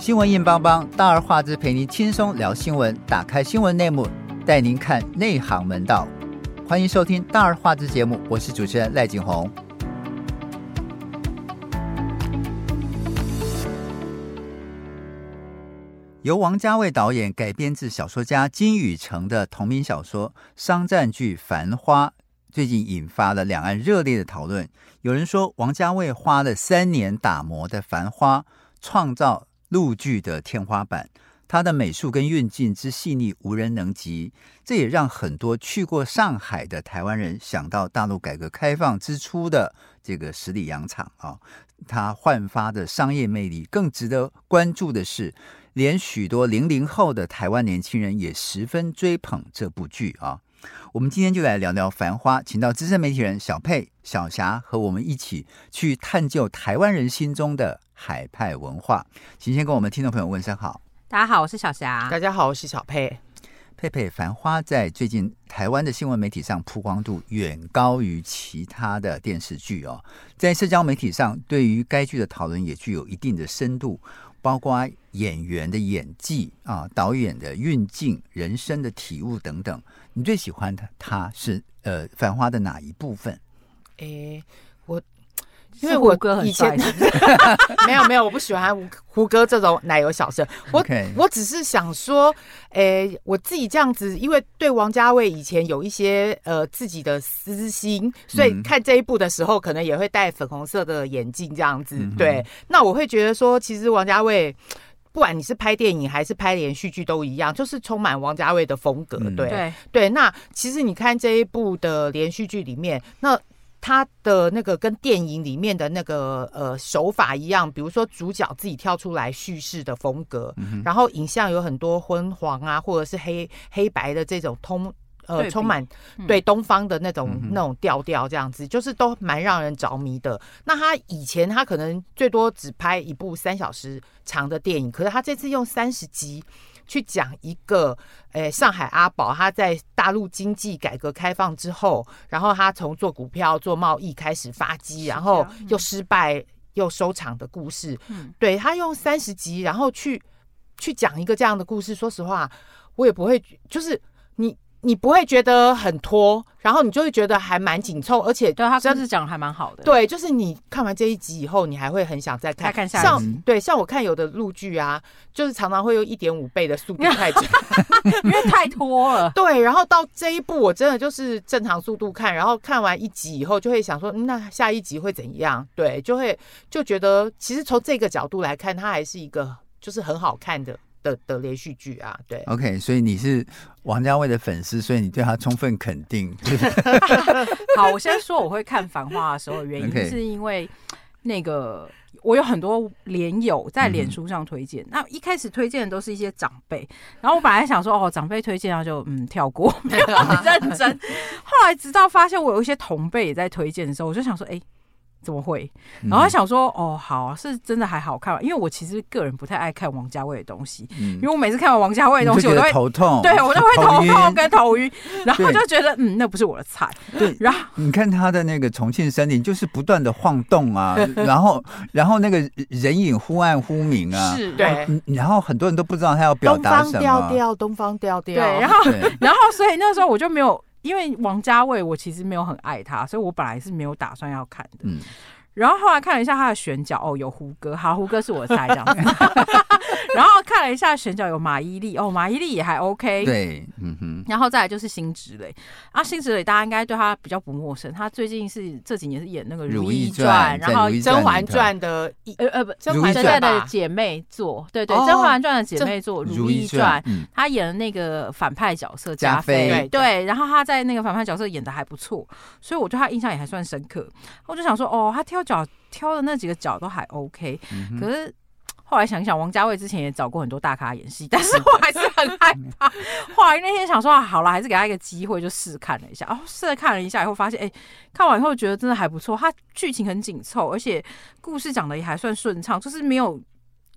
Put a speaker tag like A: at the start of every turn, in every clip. A: 新闻硬邦邦，大而化之陪您轻松聊新闻，打开新闻内幕，带您看内行门道。欢迎收听大而化之节目，我是主持人赖景红。由王家卫导演改编自小说家金宇澄的同名小说商战剧《繁花》，最近引发了两岸热烈的讨论。有人说，王家卫花了三年打磨的《繁花》，创造陆剧的天花板。它的美术跟运镜之细腻无人能及，这也让很多去过上海的台湾人想到大陆改革开放之初的这个十里洋场啊，它焕发的商业魅力。更值得关注的是，连许多零零后的台湾年轻人也十分追捧这部剧啊。我们今天就来聊聊《繁花》，请到资深媒体人小佩、小霞和我们一起去探究台湾人心中的海派文化。请先跟我们听众朋友问声好。
B: 大家好，我是小霞。
C: 大家好，我是小佩。
A: 佩佩，《繁花》在最近台湾的新闻媒体上曝光度远高于其他的电视剧哦，在社交媒体上对于该剧的讨论也具有一定的深度，包括演员的演技啊、导演的运镜、人生的体悟等等。你最喜欢它它是呃《繁花》的哪一部分？
C: 诶、因
B: 因为
C: 为我
B: 我哥很
C: 以前
B: 帅，是不是
C: 没有没有，我不喜欢胡胡歌这种奶油小生。我
A: OK
C: 我只是想说，诶、我自己这样子，因为对王家卫以前有一些呃自己的私心，所以
A: 嗯
C: 看这一部的时候，可能也会戴粉红色的眼镜这样子。
A: 嗯哼
C: 对，那我会觉得说，其实王家卫。不管你是拍电影还是拍连续剧都一样，就是充满王家卫的风格，
A: 嗯
C: 对
B: 对，
C: 对，那其实你看这一部的连续剧里面，那他的那个跟电影里面的那个呃手法一样，比如说主角自己跳出来叙事的风格，
A: 嗯
C: 然后影像有很多昏黄啊，或者是黑黑白的这种通。
B: 对
C: 呃，
B: 比
C: 充满
B: 嗯
C: 对东方的那种、
A: 嗯哼
C: 那种调调，这样子就是都蛮让人着迷的。那他以前他可能最多只拍一部三小时长的电影，可是他这次用三十集去讲一个诶，上海阿宝他在大陆经济改革开放之后，然后他从做股票、做贸易开始发迹，然后
B: 嗯
C: 又失败又收场的故事。
B: 嗯
C: 对他用三十集，然后去去讲一个这样的故事。说实话，我也不会，就是你你不会觉得很拖，然后你就会觉得还蛮紧凑，而且
B: 对他
C: 真
B: 真是讲的还蛮好的。
C: 对，就是你看完这一集以后，你还会很想再看。
B: 再看下一
C: 像
A: 集
C: 对，像我看有的陆剧啊，就是常常会用一点五倍的速度看。。
B: 因为太拖了
C: 对，然后到这一部我真的就是正常速度看，然后看完一集以后就会想说，嗯那下一集会怎样？对，就会就觉得其实从这个角度来看，它还是一个就是很好看的的的连续剧啊。对，
A: OK，所以你是王家卫的粉丝，所以你对他充分肯定。
B: 嗯好，我先说我会看《繁花》的时候，原因
A: OK
B: 是因为那个我有很多连友在脸书上推荐，那一开始推荐的都是一些长辈，然后我本来想说哦，长辈推荐，然后就嗯跳 过，没有很认真。后来直到发现我有一些同辈也在推荐的时候，我就想说，哎、怎么会？
A: 嗯
B: 然后想说，哦，好啊，是真的还好看吧，因为我其实个人不太爱看王家卫的东西，
A: 嗯
B: 因为我每次看完王家卫
A: 你
B: 的
A: 就
B: 东西，
A: 觉
B: 我都
A: 得
B: 会
A: 头痛，
B: 对我都会头
A: 晕
B: 痛跟头晕，然后
A: 对
B: 就觉得嗯，那不是我的菜。
A: 对
B: 然后
A: 你看他的那个重庆森林，就是不断的晃动啊， 然后然后那个人影忽暗忽明啊，
B: 是，
C: 对，
A: 嗯，然后很多人都不知道他要表
C: 东
A: 达
C: 方
A: 什
C: 调
A: 么。
C: 调，东方调调。
B: 对，然后
A: 对，
B: 然后所以那时候我就没有，因为王家卫我其实没有很爱他，所以我本来是没有打算要看的。
A: 嗯，
B: 然后后来看了一下他的选角，哦，有胡歌，好，胡歌是我的菜这样 子。 然后看了一下选角有马伊琍，哦，马伊琍也还 OK。
A: 对，嗯哼，
B: 然后再来就是辛芷蕾，啊，辛芷蕾大家应该对她比较不陌生，她最近是这几年是演那个《
A: 《如
B: 懿
A: 懿
B: 传
A: 传》，》
B: 然后
A: 在《如懿
C: 甄嬛
A: 里头
C: 传》的一
B: 呃呃不，
C: 甄
A: 如懿
C: 嬛
B: 对
A: 传
B: 对
C: 传
B: 对
C: 吧，
B: 姐妹作，对对，
C: 哦
B: 甄嬛传》的姐妹作《
A: 《
B: 如
A: 懿
B: 懿传》，》
A: 嗯，
B: 她演的那个反派角色
A: 加
B: 加菲，
A: 菲
B: 对，然后她在那个反派角色演的还不错，所以我对她印象也还算深刻。我就想说，哦，她挑角挑的那几个角都还 OK，、
A: 嗯哼
B: 可是。后来想想，王家卫之前也找过很多大咖演戏，但是我还是很害怕。后来那天想说，啊好了，还是给他一个机会，就试看了一下。哦，试了看了一下以后，发现哎、看完以后觉得真的还不错，它剧情很紧凑，而且故事讲的也还算顺畅，就是没有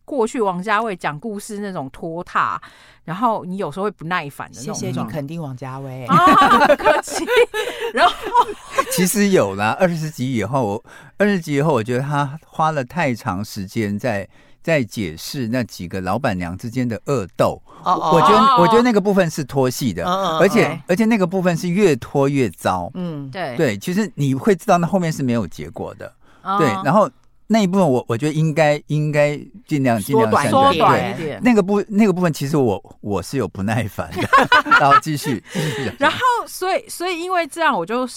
B: 过去王家卫讲故事那种拖沓，然后你有时候会不耐烦的那
C: 谢
B: 种。
C: 谢
A: 状
C: 你
A: 态
C: 肯定王家卫。
B: 啊，不客气。
A: 其实有啦，二十集以后，二十集以后，我觉得他花了太长时间在在解释那几个老板娘之间的恶斗。
C: 哦哦，
A: 我觉
B: 哦
A: 得，我觉得那个部分是拖戏的，
C: 嗯嗯
A: 而且、
B: 嗯
A: 而且那个部分是越拖越糟。
C: 嗯，
B: 对
A: 对，其实你会知道那后面是没有结果的。
C: 嗯
A: 对，
B: 对
A: 然后那一部分我我觉得应该应该尽量尽量
C: 缩短
A: 删
B: 缩
A: 减对
B: 短一点。
A: 那个部那个部分，其实我我是有不耐烦 的。然后继续，继续讲
B: 然后，所以，所以因为这样，我就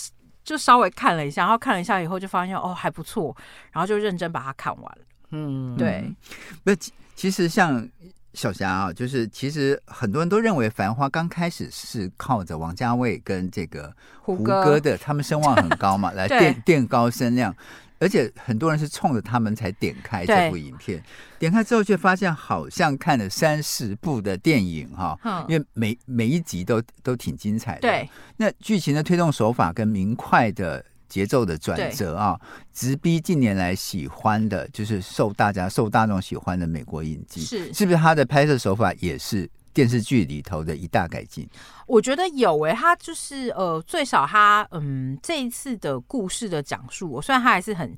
B: 就稍微看了一下，然后看了一下以后，就发现哦还不错，然后就认真把它看完了。
C: 嗯，
B: 对
A: 嗯不是，其其实像小霞啊，就是其实很多人都认为《繁花》刚开始是靠着王家卫跟这个
B: 胡
A: 胡
B: 歌
A: 歌的，他们声望很高 嘛，来
B: 对
A: 垫垫高声量。而且很多人是冲着他们才点开这
B: 对
A: 部影片，点开之后却发现好像看了三四部的电影哈，
B: 嗯
A: 因为每每一集都都挺精彩的。
B: 对，
A: 那剧情的推动手法跟明快的节奏的转折啊，直逼近年来喜欢的，就是受大家受大众喜欢的美国影集，
B: 是
A: 是不是？它的拍摄手法也是电视剧里头的一大改进。
B: 我觉得有诶、他就是呃，最少他嗯这一次的故事的讲述，我虽然他还是很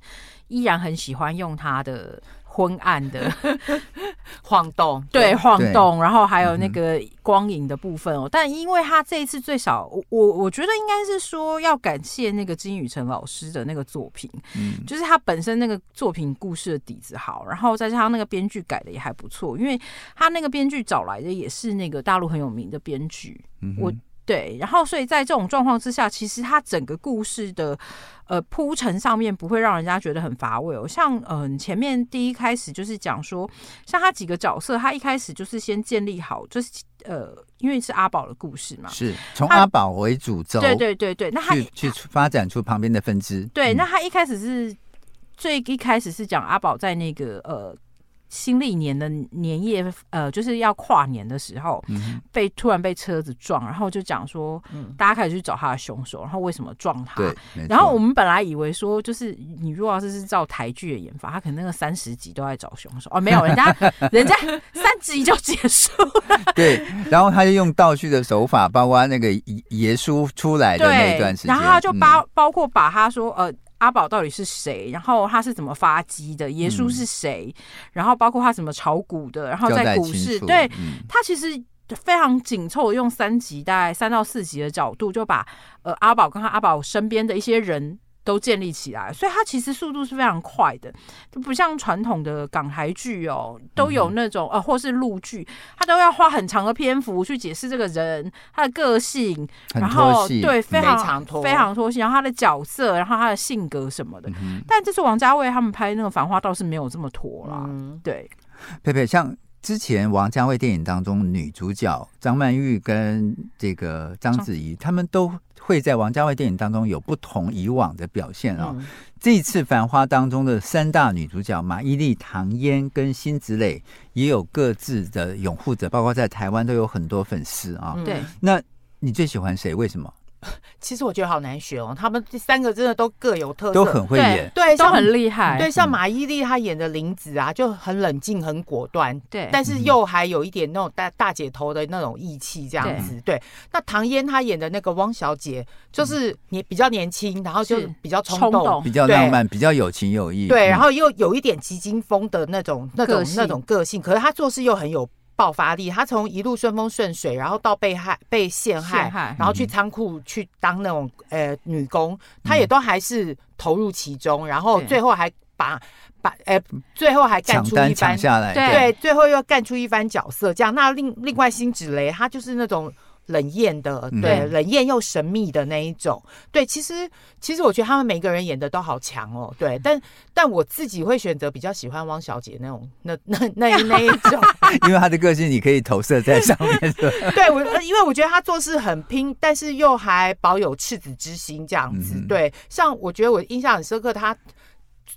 B: 依然很喜欢用他的昏暗的
C: 晃动，
B: 对晃动，然后还有那个光影的部分哦。但因为他这一次最少，我我我觉得应该是说要感谢那个金宇澄老师的那个作品，
A: 嗯，
B: 就是他本身那个作品故事的底子好，然后再加上那个编剧改的也还不错，因为他那个编剧找来的也是那个大陆很有名的编剧，
A: 嗯哼
B: 我对，然后所以在这种状况之下，其实它整个故事的呃铺陈上面不会让人家觉得很乏味哦。像嗯、前面第一开始就是讲说，像他几个角色，他一开始就是先建立好，就是呃，因为是阿宝的故事嘛，
A: 是哦从
B: 它
A: 阿宝为主轴，
B: 对对对对，那他
A: 去去发展出旁边的分支。
B: 对，
A: 嗯
B: 那他一开始是最一开始是讲阿宝在那个呃新历年的年夜，呃，就是要跨年的时候，
A: 嗯哼
B: 被突然被车子撞，然后就讲说，大家开始去找他的凶手，然后为什么撞他？
A: 嗯对，没
B: 啊然后
A: 错
B: 我们本来以为说，就是你如果要是是照台剧的演法，他可能那个三十集都在找凶手哦，没有，人家人家三集就结束，
A: 对，然后他就用道具的手法，包括那个耶耶稣出来的那一
B: 对
A: 段时，间，
B: 然后他就
A: 嗯
B: 包、包括把他说呃。阿宝到底是谁？然后他是怎么发迹的？耶稣是谁？然后包括他怎么炒股的？然
A: 嗯
B: 后
A: 交
B: 在
A: 代
B: 股
A: 清
B: 市，
A: 楚，
B: 对
A: 嗯
B: 他其实非常紧凑，用三集大概三到四集的角度，就把呃阿宝跟他阿宝身边的一些人都建立起来，所以他其实速度是非常快的，就不像传统的港台剧哦，都
A: 嗯
B: 有那种呃或是陆剧，他都要花很长的篇幅去解释这个人他的个性，
A: 很
B: 然
A: 拖
B: 后
A: 戏，
B: 对非常
C: 非常拖
B: 非常拖戏，然后他的角色，然后他的性格什么的。
A: 嗯
B: 但这次王家卫他们拍那个《繁花》倒是没有这么拖啦，
C: 嗯，
B: 对
A: 佩佩，像之前王家卫电影当中，女主角张曼玉跟这个章子怡，他们都会在王家卫电影当中有不同以往的表现哦。
C: 嗯
A: 这一次《繁花》当中的三大女主角马伊琍、唐嫣跟辛芷蕾，也有各自的拥护者，包括在台湾都有很多粉丝啊、
C: 嗯
B: 对，
A: 那你最喜欢谁？为什么？
C: 其实我觉得好难选哦，他们这三个真的都各有特色，
A: 都很会
B: 对
A: 演，
C: 呃对，
B: 都
C: 像
B: 很厉害，
C: 对，像马伊琍她演的林子啊，就很冷静、很果断，
B: 对
C: 但
A: 嗯
C: 是又还有一点那种大大姐头的那种义气这样子。对，那唐嫣她演的那个汪小姐，就是你比较年轻，然后嗯就是比较
B: 冲
C: 冲
B: 动
C: 动，
A: 比较
C: 对
A: 浪漫，比较有情有义。嗯
C: 对，然后又有一点急惊风的那种、那种
B: 个、性
C: 那种个性，可是她做事又很有。爆发力，她从一路顺风顺水，然后到被害、被陷害，
B: 陷害
C: 然后去仓库去当那种呃女工，她也都还是投入其中，然后
B: 嗯对
C: 最后还把把呃，最后还干
A: 抢
C: 出
A: 单
C: 一番
A: 抢下来，
B: 对
C: 对，最后又干出一番角色，这样。那另另外辛芷蕾，她就是那种冷艳的，
A: 嗯
C: 对，冷艳又神秘的那一种。对，其实其实我觉得他们每个人演的都好强哦， 对。但但我自己会选择比较喜欢汪小姐那种，那 那那那一种。
A: 因为她的个性你可以投射在上面，是吧？
C: 对我，呃因为我觉得她做事很拼，但是又还保有赤子之心这样子。
A: 嗯哼
C: 对，像我觉得我印象很深刻，她。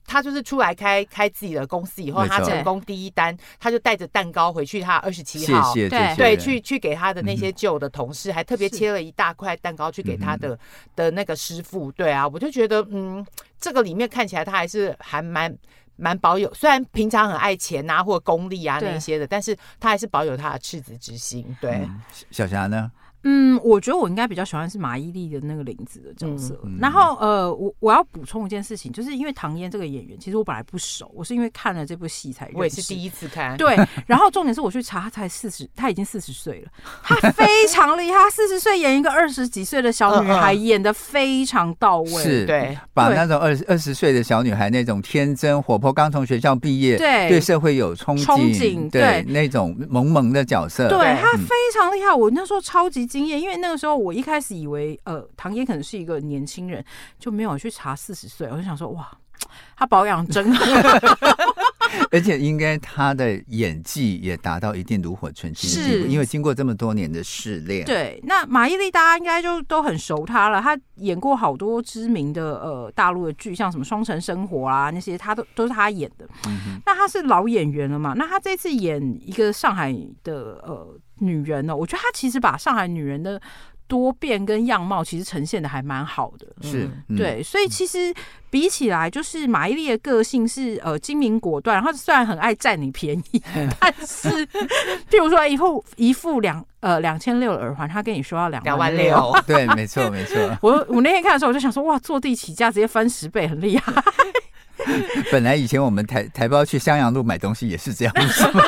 C: 她就是出来开开自己的公司以后，
A: 没错
C: 她成功第一单，她就带着蛋糕回去她二十七
A: 谢
C: 号，
A: 谢这些人，
C: 对，去去给他的那
B: 嗯
C: 些旧的同事，还特别切了一大块蛋糕去给他的、的那个师傅。对啊，我就觉得，嗯，这个里面看起来他还是还蛮蛮保有，虽然平常很爱钱啊或功利啊
B: 对
C: 那一些的，但是他还是保有他的赤子之心。对，
A: 哎嗯小小霞呢？
B: 嗯，我觉得我应该比较喜欢是马伊琍的那个林子的角色。
A: 嗯嗯
B: 然后呃，我我要补充一件事情，就是因为唐嫣这个演员，其实我本来不熟，我是因为看了这部戏才认识。
C: 我也是第一次看，
B: 对，然后重点是我去查，她才四十，她已经四十岁了，她非常厉害，她四十岁演一个二十几岁的小女孩，
C: 嗯嗯
B: 演的非常到位。
A: 是
C: 对，
A: 把
B: 对
A: 那种二十二十岁的小女孩那种天真活泼，刚从学校毕业，
B: 对
A: 社会有憧
B: 憧憬对
A: 那种萌萌的角色，
B: 对
C: 对
B: 他非常厉害，我那时候超级惊艳，因为那个时候我一开始以为呃唐嫣可能是一个年轻人，就没有去查四十岁，我就想说哇，他保养真好，
A: 而且应该她的演技也达到一定炉火纯青的地步，
B: 是
A: 因为经过这么多年的试炼，
B: 对，那马伊琍大家应该就都很熟她了，她演过好多知名的呃大陆的剧，像什么《双城生活》啊那些，她都都是她演的。那她是老演员了嘛？那她这次演一个上海的呃女人呢、我觉得她其实把上海女人的多变跟样貌其实呈现的还蛮好的。
A: 是、嗯，
B: 对，所以其实比起来，就是马伊琍的个性是呃精明果断，然后虽然很爱占你便 宜，但是譬如说一副一副两呃两千六的耳环，他跟你说要两
C: 两
B: 万
C: 万。六，
A: 对，没错没错，
B: 我我那天看的时候，我就想说，哇，坐地起价直接翻十倍，很厉害。
A: 本来以前我们台台胞去襄阳路买东西也是这样子 嘛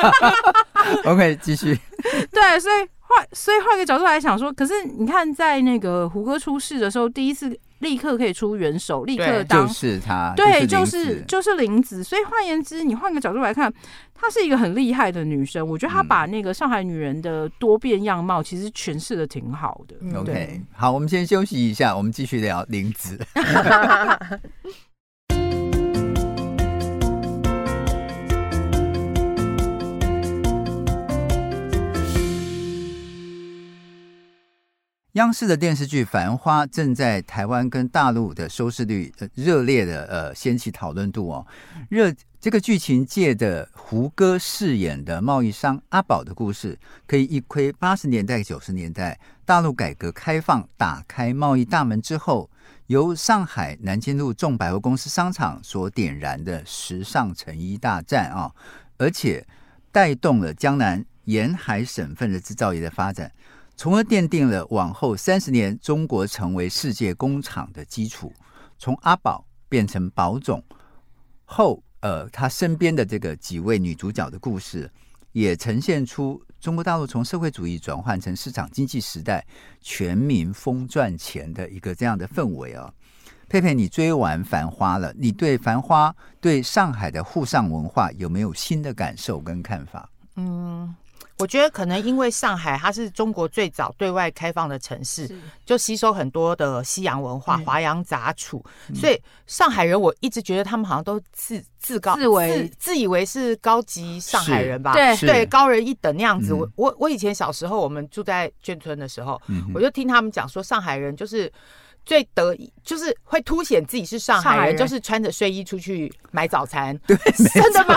A: ，OK，继续，
B: 对，所以换所以换个角度来想说，可是你看，在那个胡歌出事的时候，第一次立刻可以出援手，立刻
C: 对
B: 当
A: 啊就是她，
B: 对，就
A: 林
B: 是
A: 子
B: 就是林子。所以换言之，你换个角度来看，她是一个很厉害的女生。我觉得她
A: 嗯
B: 把那个上海女人的多变样貌，其实诠释的挺好的。
C: 嗯
A: OK，好，我们先休息一下，我们继续聊林子。 央视的电视剧《繁花》正在台湾跟大陆的收视率呃热烈的呃掀起讨论度哦。热这个剧情界的胡歌饰演的贸易商阿宝的故事，可以一窥八十年代九十年代大陆改革开放打开贸易大门之后，由上海南京路众百货公司商场所点燃的时尚成衣大战啊，而且带动了江南沿海省份的制造业的发展，从而奠定了往后三十年中国成为世界工厂的基础。从阿宝变成宝总后，呃，他身边的这个几位女主角的故事，也呈现出中国大陆从社会主义转换成市场经济时代，全民疯赚钱的一个这样的氛围啊、佩佩，你追完《繁花》了，你对《繁花》对上海的沪上文化有没有新的感受跟看法？
C: 我觉得可能因为上海它是中国最早对外开放的城市，
B: 嗯是
C: 就吸收很多的西洋文化、
B: 嗯
C: 华洋杂处，所以上海人我一直觉得他们好像都自自高
B: 自为
C: 自自以为是高级上海人吧，
B: 对
A: 是
C: 对，高人一等那样子。
A: 嗯
C: 我我我以前小时候，我们住在眷村的时候，
A: 嗯哼
C: 我就听他们讲说，上海人就是最得意，就是会凸显自己是上
B: 上海
C: 海
B: 人
C: 人，就是穿着睡衣出去买早餐。对， 真的吗？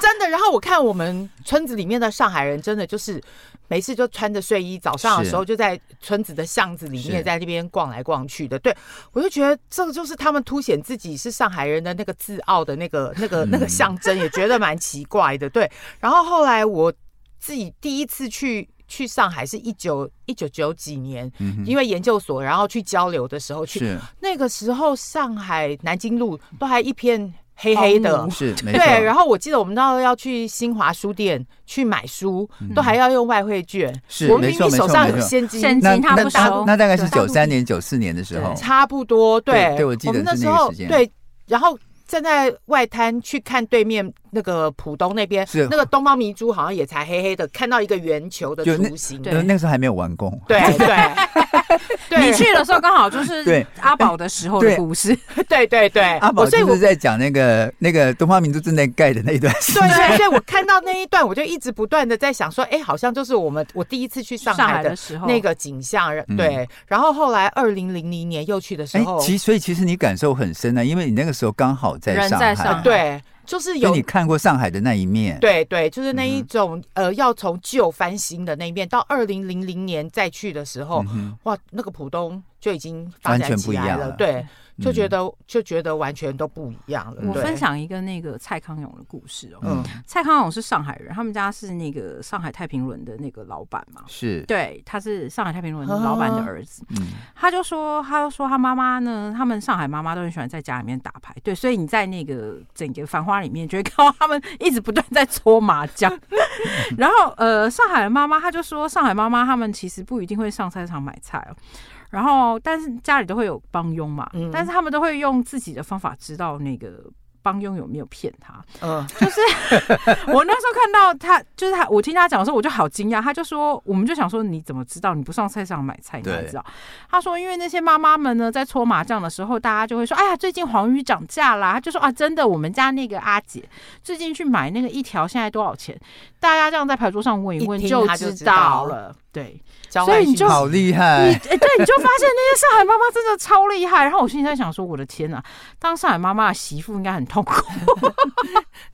C: 真的。然后我看我们村子里面的上海人，真的就是没事就穿着睡衣，早上的
A: 是
C: 时候就在村子的巷子里
A: 是
C: 面，在那边逛来逛去的。对，我就觉得这个就是他们凸显自己是上海人的那个自傲的那个、那个、那
A: 嗯
C: 个象征，也觉得蛮奇怪的。对，然后后来我自己第一次去去上海是一九一九九几年，
A: 嗯哼
C: 因为研究所，然后去交流的时候去，
A: 是
C: 那个时候上海南京路都还一片黑黑的
B: 荒。
A: 是没错，
C: 对，然
A: 后
C: 后我记得我们到要去新华书店去买书，都还要用外汇券。
A: 嗯是
C: 我们
A: 没
C: 明
A: 错
C: 明
A: 没
C: 手
A: 错
C: 上有
A: 没错
C: 现金，
B: 现
A: 那
B: 金他
A: 那
B: 不
A: 大
B: 收，
A: 那大概是
B: 对
A: 九三年九四年的时候，
C: 差不多，对
A: 哦对我记得
C: 们那
A: 是
C: 时
A: 那个
C: 候
A: 时间
C: 对，然后站在外滩去看对面那个浦东那边，
A: 是
C: 那个东方明珠好像也才黑黑的，看到一个圆球的
A: 就那
C: 雏形。
B: 对
A: 那那个时候还没有完工。
C: 对对 对，
B: 你去的时候刚好就
A: 对
B: 是阿宝的时候的
A: 对
B: 故事，
C: 对对对，
A: 阿宝
C: 我所以
A: 就
C: 我
A: 是在讲那个那个东方明珠正在盖的那一段时
C: 对
A: 间，
C: 对，所以我看到那一段，我就一直不断的在想说，哎，好像就是我们我第一次去上
B: 上
C: 海
B: 海
C: 的
B: 的时候
C: 那个景象，
A: 嗯
C: 对。然后后来二零零零年又去的时
A: 哎
C: 候，，
A: 其所以其实你感受很深啊呢，因为你那个时候刚好在
B: 人
A: 上
B: 在上
A: 海，
B: 海
C: 对，就是
A: 所
C: 有
A: 以你看过上海的那一面，
C: 对对，就是那
A: 嗯
C: 一
A: 哼
C: 种、呃，要从旧翻新的那一面，到二零零零年再去的时候，
A: 嗯哼，
C: 哇，那个浦东就已经发展
A: 完全不
C: 起
A: 一
C: 来
A: 样
C: 了，
A: 了
C: 对，就觉
A: 嗯
C: 得、就觉得完全都不一样了。
B: 我
C: 对
B: 分，享一个那个蔡康永的故事哦。
C: 嗯，
B: 蔡康永是上海人，他们家是那个上海太平轮的那个老板嘛。
A: 是，
B: 对，他是上海太平轮老板的儿子。
A: 嗯，
B: 他就说，他就说他妈妈呢，他们上海妈妈都很喜欢在家里面打牌。对，所以你在那个整个繁花里面，就会 看到他们一直不断在搓麻将。 然后呃，上海的妈妈，他就说，上海妈妈他们其实不一定会上菜市场买菜哦。然后，但是家里都会有帮佣嘛，
C: 嗯
B: 但是他们都会用自己的方法知道那个帮佣有没有骗他。
C: 嗯，
B: 我那时候看到他，就是他，我听他讲的时候，我就好惊讶。他就说，我们就想说，你怎么知道？你不上菜市场买菜，你
A: 对
B: 哪知道？他说，因为那些妈妈们呢，在搓麻将的时候，大家就会说，哎呀，最近黄鱼涨价啦。他就说啊，真的，我们家那个阿姐最近去买那个一条，现在多少钱？大家这样在牌桌上问一问
C: 一听他就
B: 知
C: 知道
B: 道了。对，
C: 交
B: 所以
C: 换
B: 你
C: 讯
B: 就
C: 息
A: 好厉
B: 你
A: 害，
B: 哎、对，你就发现那些上海妈妈真的超厉害。然后我心里在想说，我的天呐、当上海妈妈的媳妇应该很痛苦，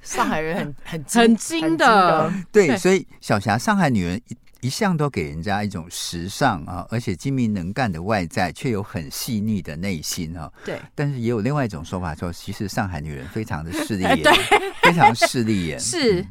C: 上海人很很精
B: 很
C: 很
B: 精
C: 精
B: 的
C: 的。
A: 对，
B: 对
A: 所以小霞上海女人一一向都给人家一种时尚啊，而且精明能干的外在，却有很细腻的内心啊。
B: 对。
A: 但是也有另外一种说法说，其实上海女人非常的势利
B: 哎
A: 眼
B: 对，
A: 非常势利眼。嗯
B: 是，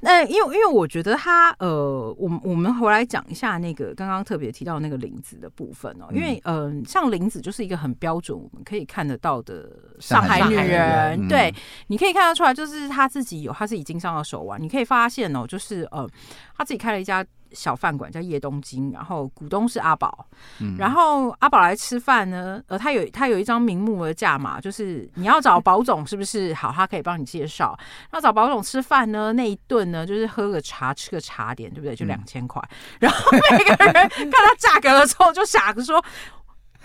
B: 那因为因为我觉得他呃，我们我们回来讲一下那个刚刚特别提到那个林子的部分哦，因为嗯、呃，像林子就是一个很标准我们可以看得到的
A: 上
B: 上
A: 海
B: 海
C: 女
B: 女
C: 人
B: 人，
A: 嗯
B: 对，你可以看得出来，就是他自己有他自己经商的手腕，你可以发现哦，就是呃，他自己开了一家。小饭馆叫叶东京，然后股东是阿宝，
A: 嗯
B: 然后阿宝来吃饭呢，呃，他有他有一张名目的价码，就是你要找宝总是不是？好，他可以帮你介绍。那找宝总吃饭呢，那一顿呢，就是喝个茶，吃个茶点，对不对？
A: 嗯
B: 就两千块。然后每个人看到价格了之后，就傻着说：“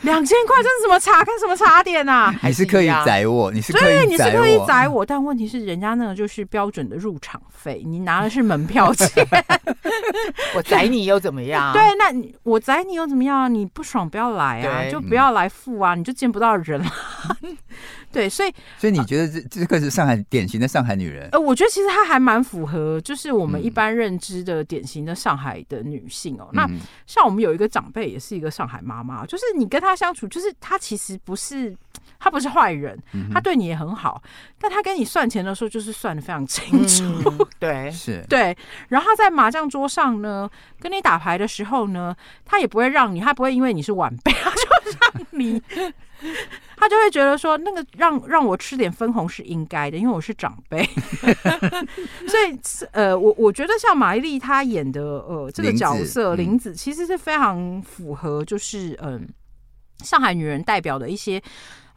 B: 两千块，这是什么茶？看什么茶 点啊？”
A: 你是
C: 还是一
A: 刻意
C: 样
A: 宰我，你是刻
B: 对，
A: 意
B: 你是
A: 宰
B: 刻意
A: 我，
B: 宰我，但问题是，人家那个就是标准的入场费，你拿的是门票钱。
C: 我宰你又怎么样？
B: 对，那你我宰你又怎么样？啊你不爽不要来啊，
C: 对
B: 就不要来付啊，你就见不到人了。 对，所以
A: 所以你觉得这这个是上海典型的上海女人？
B: 呃，我觉得其实她还蛮符合，就是我们
A: 嗯
B: 一般认知的典型的上海的女性哦、那
A: 嗯
B: 像我们有一个长辈也是一个上海妈妈，就是你跟她相处，就是她其实不是。她不是坏人，她对你也很好，但她跟你算钱的时候就是算的非常清楚。
C: 嗯，对，
A: 是
B: 对，然后他在麻将桌上呢，跟你打牌的时候呢，他也不会让你，他不会因为你是晚辈， 他就让你，他就会觉得说那个让让我吃点分红是应该的，因为我是长辈。 所以是呃，我我觉得像马伊琍她演的呃这个
A: 林
B: 角
A: 子
B: 色
A: 嗯
B: 林子，其实是非常符合就是嗯、上海女人代表的一些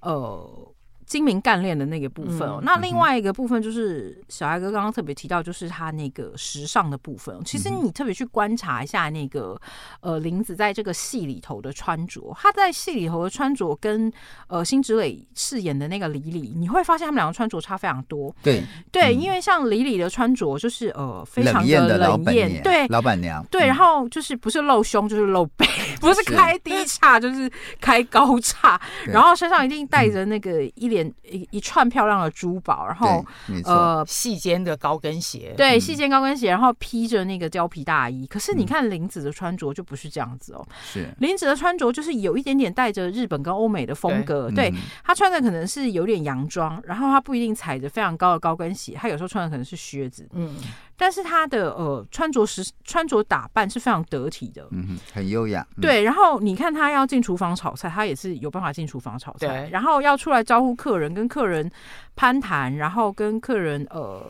B: 呃。精明干练的那个部分哦，
C: 嗯
B: 那另外一个部分就是小艾哥刚刚特别提到，就是他那个时尚的部分哦。
A: 嗯
B: 其实你特别去观察一下那个呃林子在这个戏里头的穿着，他在戏里头的穿着跟呃辛芷蕾饰演的那个李李，你会发现他们两个穿着差非常多。
A: 对，
B: 对，
A: 嗯
B: 因为像李李的穿着就是呃非常
A: 冷艳的老
B: 冷
A: 板
B: 艳，
A: 娘，
B: 对
A: 老板娘，嗯
B: 对，然
A: 后
B: 后就是不是露胸就是露背，不是
A: 是
B: 开低叉就是开高叉，
A: 对嗯
B: 然后身上一定带着那个一连一一串漂亮的珠宝，然后
A: 没错，
B: 呃。
C: 细肩的高跟鞋，
B: 对，
A: 嗯
B: 细肩高跟鞋，然后披着那个貂皮大衣。可是你看林子的穿着就不是这样子哦，
A: 是
B: 林子的穿着就是有一点点带着日本跟欧美的风格，对
A: 嗯
B: 她穿的可能是有点洋装，然后她不一定踩着非常高的高跟鞋，她有时候穿的可能是靴子，
C: 嗯，
B: 但是她的呃穿着时穿着打扮是非常得体的。
A: 嗯哼，很优雅，嗯，
B: 对，然后你看她要进厨房炒菜，她也是有办法进厨房炒菜
C: 对，
B: 然后要出来招呼客人，跟客人攀谈，然后跟客人呃，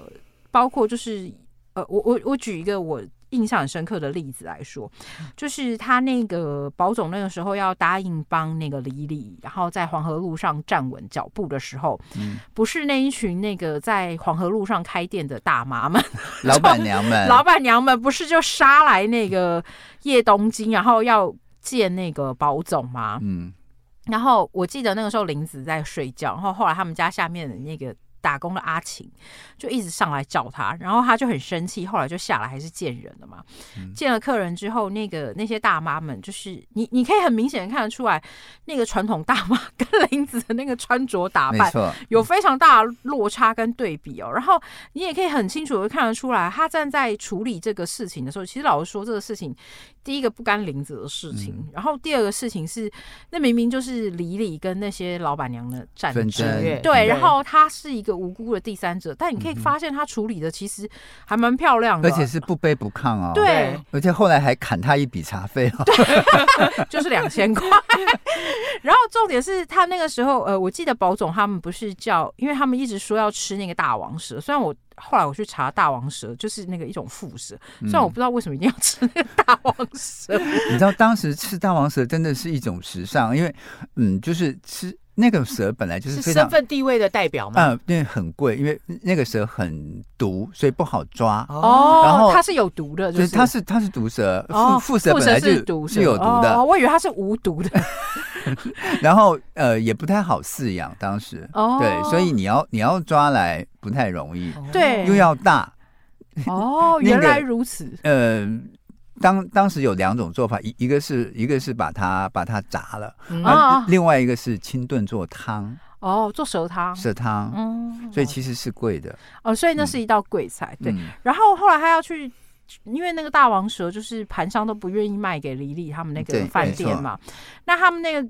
B: 包括就是呃，我我我举一个我印象很深刻的例子来说，就是他那个保总那个时候要答应帮那个李李，然后在黄河路上站稳脚步的时候，不是那一群那个在黄河路上开店的大妈们，
A: 老板娘们，
B: 老板娘们不是就杀来那个叶东京，然后要见那个保总吗？
A: 嗯，
B: 然后我记得那个时候林子在睡觉，然后后来他们家下面的那个打工的阿晴就一直上来找他，然后他就很生气，后来就下来还是见人了嘛。
A: 嗯
B: 见了客人之后，那个那些大妈们，就是你你可以很明显地看得出来，那个传统大妈 跟林子的那个穿着打
A: 没
B: 扮
A: 错，
B: 有非常大的落差跟对比哦。然后你也可以很清楚的看得出来，他站在处理这个事情的时候，其实老实说，这个事情第一个不干林子的事情，
A: 嗯
B: 然后第二个事情是，那明明就是李李跟那些老板娘的战
A: 纷
B: 争。
A: 争
C: 对
B: 对，然后他是一个无辜的第三者，但你可以发现他处理的其实还蛮漂亮
A: 嗯
B: 的，
A: 而且是不卑不亢哦。，
B: 对
C: 对，
A: 而且后来还砍他一笔茶费哦。
B: 就是两千 块。然后重点是他那个时候，呃，我记得宝总他们不是叫，因为他们一直说要吃那个大王蛇，虽然我。后来我去查大王蛇，就是那个一种蝮蛇，
A: 嗯
B: 虽然我不知道为什么一定要吃那个大王 蛇，
A: 你知道当时吃大王蛇真的是一种时尚，因为嗯，就是吃那个蛇本来就是
C: 是
A: 非
C: 身
A: 常。
C: 份地位的代表吗？
A: 嗯，因为很贵，因为那个蛇很毒，所以不好抓。然
B: 哦
A: 后，
B: 它是有毒的，就
A: 所以
B: 是
A: 它是它是毒蛇，
B: 哦，
A: 腹蛇本来就是
B: 毒蛇
A: 有毒的，
B: 哦，我以为它是无毒的，
A: 然后呃也不太好饲养，当时、
B: 哦，
A: 对，所以你要你要抓来不太容易，
B: 对
A: 又要大，
B: 哦，
A: 那个
B: 原来如此，
A: 呃，当当时有两种做法，一一个是一个是把它把它炸了，
C: 嗯
B: 啊
A: 啊，另外一个是清炖做汤，
B: 哦，做蛇汤，
A: 蛇汤，
B: 嗯，
A: 所以嗯其实是贵的，
B: 哦，所以那是一道贵菜，对，
A: 嗯
B: 然后后来他要去，因为那个大王蛇就是盘商都不愿意卖给李丽他们那
A: 对
B: 个饭
A: 没
B: 店
A: 错
B: 嘛，那他们那个。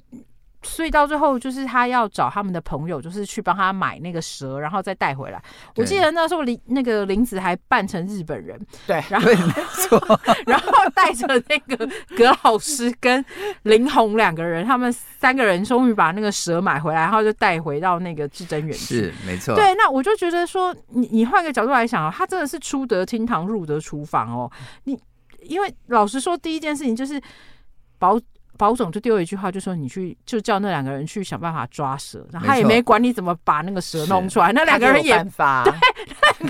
B: 所以到最后，就是他要找他们的朋友，就是去帮他买那个蛇，然后再带回来。我记
A: 对
B: 得那时候林那个林子还扮成日本人，
C: 对
B: 然后
A: 对，没 错，
B: 然后带着那个葛老师跟林红两个人，他们三个人终于把那个蛇买回来，然后就带回到那个至真园去。
A: 是没错，
B: 对，那我就觉得说，你你换个角度来想啊，他真的是出得厅堂入得厨房哦。你因为老实说，第一件事情就是保保总就丢了一句话，就说你去就叫那两个人去想办法抓蛇，然后他
A: 没
B: 也
A: 错
B: 没管你怎么把那个蛇弄出来，那两个人也
C: 办法，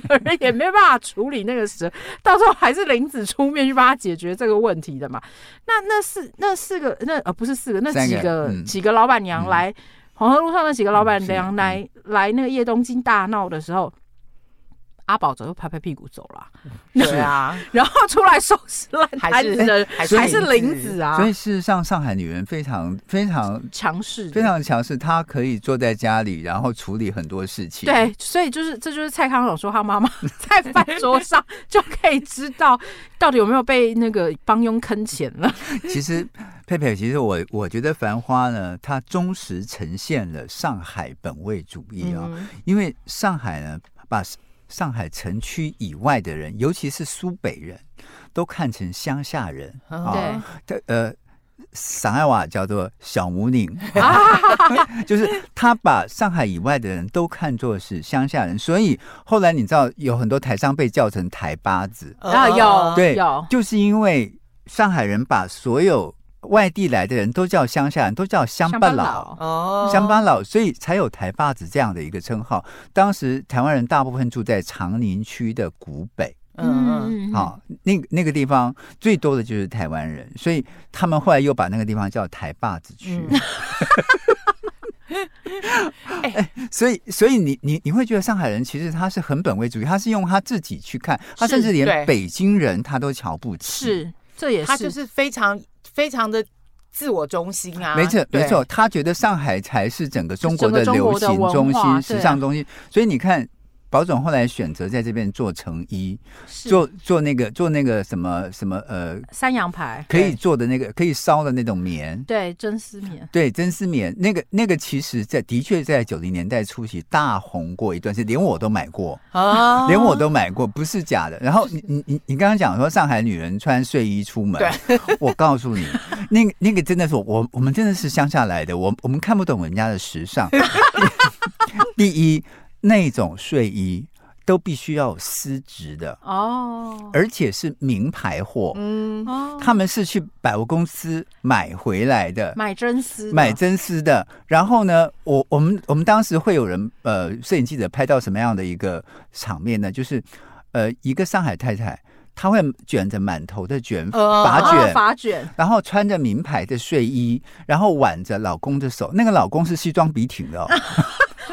B: 有人也没办法处理那个蛇，到时候还是林子出面去帮他解决这个问题的嘛。那那四那四个那呃不是四个那
A: 三
B: 几
A: 个
B: 个
A: 嗯
B: 几个老板娘
A: 嗯
B: 来、黄河路上那几个老板
A: 嗯是嗯
B: 娘来、来那个叶东京大闹的时候。阿宝早就拍拍屁股走了，
C: 对啊，
B: 然后出来收拾烂
C: 还
B: 摊
C: 是
B: 子的还是林
C: 林
B: 子啊
A: 所，以事实上上海女人非常非常
B: 强势的
A: 非常强势，她可以坐在家里，然后处理很多事情，，
B: 对，所以就是这就是蔡康永说他妈妈在饭桌上就可以知道到底有没有被那个帮佣坑钱了。
A: 其实佩佩，其实我我觉得《繁花》呢，它忠实呈现了上海本位主义啊、
B: 嗯
A: 因为上海呢，把上海城区以外的人，尤其是苏北人，都看成乡下人啊。
B: 对，
A: 对，呃，上海话叫做小母岭， 就是他把上海以外的人都看作是乡下人，所以后来你知道有很多台商被叫成台巴子，
C: 嗯
B: 啊，有
A: 对
B: 有，
A: 就是因为上海人把所有外地来的人都叫乡下人，都叫乡巴佬。
C: 哦，
A: 乡巴佬，所以才有台巴子这样的一个称号。当时台湾人大部分住在长宁区的古北，
C: 嗯嗯，
B: 嗯
A: 啊，那个那个地方最多的就是台湾人，所以他们后来又把那个地方叫台坝子区。
B: 嗯
A: 哎所以，所以你你你会觉得上海人其实他是很本位主义，他是用他自己去看，他
B: 是
A: 甚至连
C: 对
A: 北京人他都瞧不起。
B: 是，这
A: 嗯
B: 也
C: 他就是是非常非常的自我中心啊，
A: 没错，
C: 对
A: 没错，，他觉得上海才是整个中国的
B: 整个中
A: 流
B: 国的
A: 行中
B: 文化
A: 心、
B: 对啊
A: 时尚中心。所以你看，宝总后来选择在这边做成衣，
B: 是
A: 做做那个做那个什么什么呃，
B: 三羊牌，
A: 可以
C: 对
A: 做的那个可以烧的那种棉。
B: 对，真丝棉，
A: 对，真丝棉那个那个，其实在的确在九零年代初期大红过一段时间，连我都买过，
B: 哦
C: 啊
A: 连我都买过，不是假的。然后你你你你刚刚讲说上海女人穿睡衣出门， 我告诉你，那个那个真的是我我们真的是乡下来的，我我们看不懂人家的时尚。第一，那种睡衣都必须要有丝质的，
B: 哦，
A: 而且是名牌货，
C: 嗯，
B: 哦，
A: 他们是去百货公司买回来的。
B: 买真丝的，
A: 买真丝的。然后呢，我我们我们当时会有人呃，摄影记者拍到什么样的一个场面呢？就是呃，一个上海太太，她会卷着满头的卷
C: 呃
A: 发
B: 啊
A: 卷。
B: 发卷，
A: 然后穿着名 牌的睡衣，然后挽着老公的手，那个老公是西装笔挺的、哦，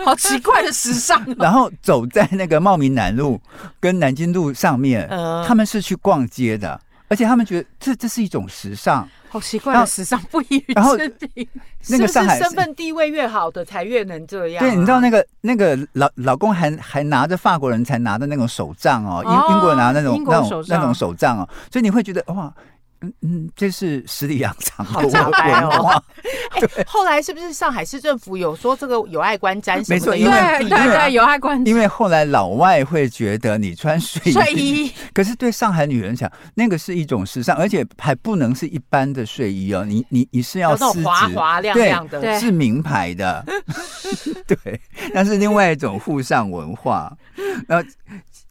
B: 好奇怪的时尚 哦。
A: 然后走在那个茂名南路跟南京路上面，
C: 嗯
A: 他们是去逛街的，而且他们觉得这这是一种时尚。
B: 好奇怪
A: 然
B: 的
A: 后
B: 时尚，不以于
A: 然后
B: 置评。
A: 那个
C: 是
A: 上
C: 不
A: 海
C: 是身份地位越好的才越能这样啊、
A: 对，你知道那个那个老老公还还拿着法国人才拿的那种手杖哦，英、
B: 哦
A: 英国人拿那种
B: 英国
A: 那
B: 手
A: 种
B: 杖
A: 那种手杖哦，所以你会觉得哇，嗯嗯，这是十里洋场
C: 好
A: 的文
C: 炸弹哦
A: 文化，
C: 后来是不是上海市政府有说这个有碍观瞻什么的？
A: 没错
C: 有
A: 因为
B: 对对
A: 因为
B: 对，有爱观
A: 因为后来老外会觉得你穿睡衣，
B: 睡衣，
A: 可是对上海女人讲，那个是一种时尚，而且还不能是一般的睡衣哦，你你你是要
C: 有那
A: 丝
C: 种
A: 质，
C: 滑滑亮
A: 对
C: 亮的，
B: 对
A: 是名牌的， 对，那是另外一种沪上文化。然后，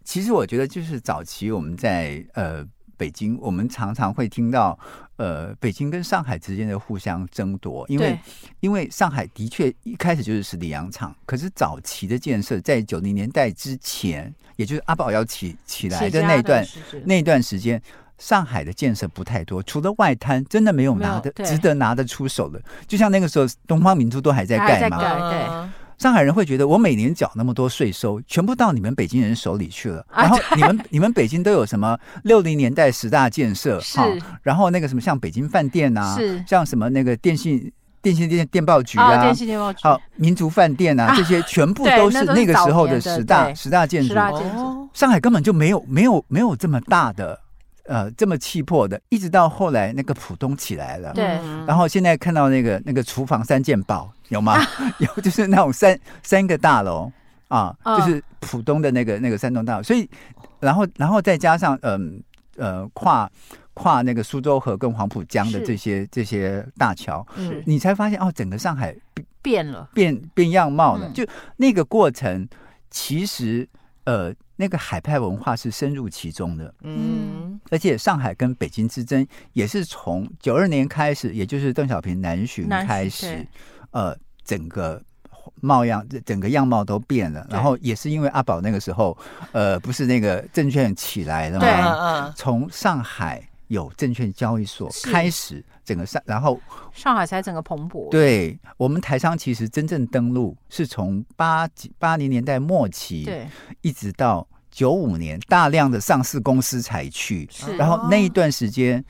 A: 其实我觉得就是早期我们在呃北京，我们常常会听到呃北京跟上海之间的互相争夺，因为
B: 对
A: 因为上海的确一开始就是十里洋场，可是早期的建设在九零年代之前，也就是阿宝要起起来的那段
B: 起家的时间哦
A: 那段时间，上海的建设不太多，除了外滩，真的没有拿
B: 没
A: 的
B: 有对
A: 值得拿得出手的。就像那个时候，东方明珠都还在
B: 还
A: 盖
B: 在
A: 嘛，
B: 盖
C: 嗯
A: 上海人会觉得我每年缴那么多税收，全部到你们北京人手里去了。
B: 啊
A: 然后你们 你们北京都有什么六零年代十大建设
B: 是
A: 然后那个什么像北京饭店啊，
B: 是
A: 像什么那个电信电信电电报局
B: 啊，
A: 啊。
B: 电视电报局，
A: 好，民族饭店啊，
B: 啊
A: 这些全部
B: 对
A: 都
B: 那
A: 是
B: 都是
A: 那个时候的
B: 早年的
A: 十大
B: 对
A: 十大建
B: 十
A: 筑，
B: 大建筑
C: 哦，
A: 上海根本就没有没有没有这么大的呃这么气魄的，一直到后来那个浦东起来了，
B: 对
C: 嗯
A: 然后现在看到那个那个厨房三件宝有 吗？有就是那种三三个大楼啊，
B: 嗯
A: 就是浦东的那个那个三栋大楼，所以然后然后再加上嗯呃跨跨那个苏州河跟黄浦江的
B: 是
A: 这些这些大桥，
B: 是
C: 嗯
A: 你才发现哦，整个上海
B: 变了，
A: 变变样貌了。
B: 嗯
A: 就那个过程，其实呃，那个海派文化是深入其中的，
C: 嗯
A: 而且上海跟北京之争也是从九二年开始，也就是邓小平南巡
B: 南巡
A: 开始
B: 对，
A: 呃，整个。貌样整个样貌都变了，然后也是因为阿宝那个时候，呃，不是那个证券起来了
C: 对嗯
A: 吗？
C: 嗯
A: 从上海有证券交易所
B: 是
A: 开始，整个上，然后
B: 上海才整个蓬勃。
A: 对我们台商其实真正登陆是从八几八零年代末期，
B: 对，
A: 一直到九五年，大量的上市公司才去，
C: 嗯
B: 是
A: 然后那一段时间，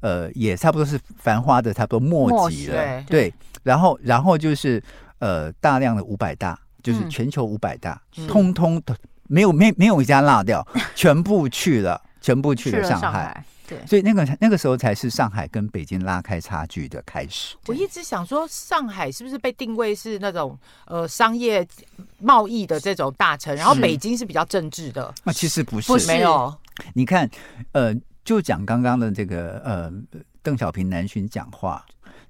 A: 呃，也差不多是繁花的差不多末级
C: 末
A: 了
C: 期，
A: 对，然后然后就是呃，大量的五百大，就是
B: 嗯
A: 全球五百大，
C: 嗯
A: 通通都没有没没有一家落 掉，全部去了，全部去
B: 去
A: 了
B: 了
A: 上
B: 上
A: 海。
B: 海，对，
A: 所以那个那个时候才是上海跟北京拉开差距的开始。
C: 我一直想说，上海是不是被定位是那种呃商业贸易的这种大城，然后
A: 是
C: 北京是比较政治的？
A: 那其实不是，
B: 不是
C: 没有，
A: 你看，呃，就讲刚刚的这个呃，邓小平南巡讲话，